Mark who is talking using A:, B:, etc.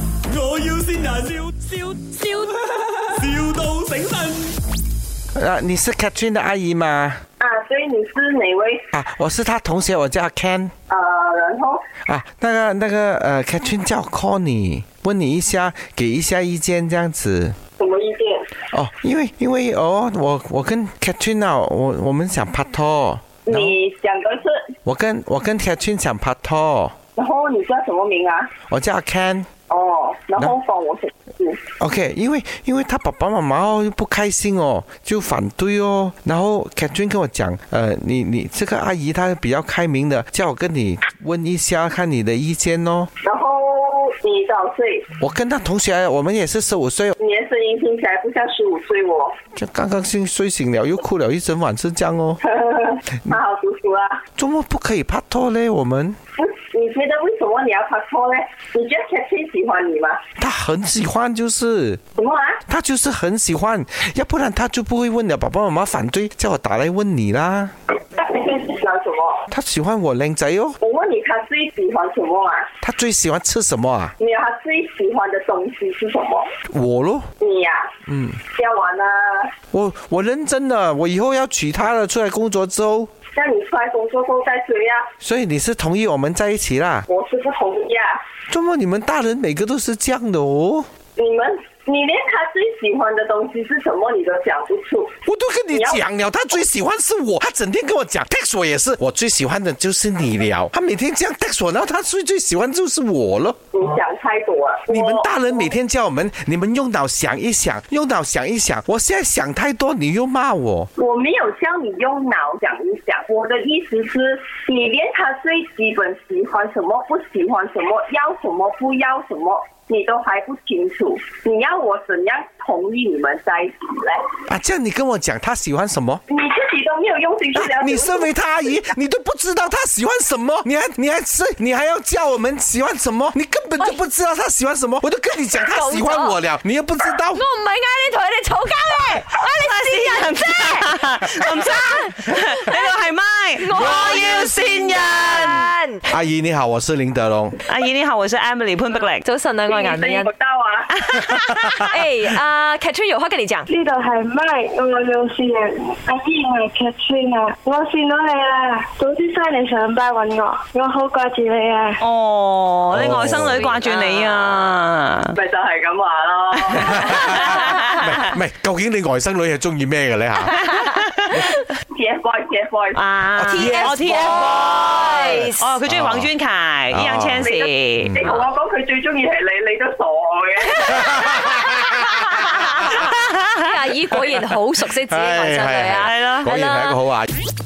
A: 要先人，笑笑笑，,笑到醒神。
B: 呃，你是 Catherine 的阿姨吗？
C: 啊，所以你是哪位？
B: 啊，我是她同学，我叫 Ken。
C: 呃，然后
B: 啊，那个那个呃，Catherine 叫我 call 你，问你一下，给一下意见这样子。
C: 什么意见？
B: 哦，因为因为哦，我我跟 Catherine 啊，我我们想拍拖。然后
C: 你想的是，
B: 我跟我跟 Catherine 想拍拖，
C: 然后你叫什么名啊？
B: 我叫 Ken。
C: 哦，然后放我什么事？
B: OK，因为因为他爸爸妈妈哦又不开心哦，就反对哦。然后 Catherine 跟我讲，呃，你你这个阿姨她比较开明的，叫我跟你问一下，看你的意见哦。
C: 然后你找谁？
B: 我跟她同学，我们也是十五岁，
C: 你的声音听起来不像十五岁 哦，
B: 就刚刚睡睡醒了，又哭了一整晚，是这样哦。
C: 他好读书啊。
B: 周末不可以拍拖嘞，我们
C: 不，你觉得为什么你要拍拖呢？你觉得 Cathy 喜欢你吗？
B: 她很喜欢，就是
C: 什么啊？
B: 她就是很喜欢，要不然她就不会问了。爸爸妈妈反对，叫我打来问你啦。
C: 那你最喜欢什么？
B: 她喜欢我靓仔哦，
C: 我问你，他最喜欢什么啊？
B: 她最喜欢吃什么啊？
C: 你有他最喜欢的东西是什么？
B: 我咯。
C: 你呀、嗯，要玩啊。
B: 我我认真的，我以后要娶她了。出来工作之后，
C: 那你出来工作后再追啊？
B: 所以你是同意我们在一起啦？
C: 我是不同意啊。
B: 怎么你们大人每个都是这样的哦？
C: 你们，你连他最喜欢的东西是什么你都讲不出。
B: 我都跟你讲了，他最喜欢是我，他整天跟我讲 text 我也是，我最喜欢的就是你了。他每天这样 text 我，然后他最最喜欢就是我了。
C: 你想太多了。
B: 你们
C: 我
B: 大人每天叫我们，你们用脑想一想，用脑想一想。我现在想太多，你又骂我。
C: 我没有叫你用脑想一想，我的意思是，你连他最基本喜欢什么、不喜欢什么、要什么、不要什么，你都还不清楚。你要我怎样同意你们在一起嘞？
B: 啊，这样你跟我讲他喜欢什么？
C: 你自己都没有用心去了解、
B: 你身为他阿姨，你都不知道他喜欢什么，你还你还是你还要叫我们喜欢什么？你根本就不知道他喜欢什么。我都跟你讲他喜欢我了，你又不知道
D: 我。唔係嗌你同佢哋嘈交嘅，我係你善人啫。
E: 林生，呢度係咪？
D: 人。
C: 哎
B: 阿姨你好，我是林德龙。
E: 阿姨你好，我是 Emily 潘碧玲。
D: 早晨啊，我係顏美
C: 你
D: 欣
C: 不。到啊。
D: 哎，啊 c a t r i n 有話跟你講。
F: 呢度係咪？我有事人，阿姨我係 Catherine 啊，我見到你啊啦，早啲翻嚟上班揾我，我好掛住你啊！
E: 哦，你外甥女掛住你啊！
C: 咪就係咁話 咯。
B: 唔係，究竟你外甥女係中意咩嘅咧吓？
C: TFBoy，TFBoy。
E: 啊
D: TF
E: 我 TF
D: Boys
E: Boys，哦，佢中意黃專凱、易烊千
C: 你
E: 璽
C: 同。我講佢最中意係你，你都傻嘅。
D: 阿姨果然好熟悉自己外甥女啊，
E: 係咯
B: 果然係一個好阿姨。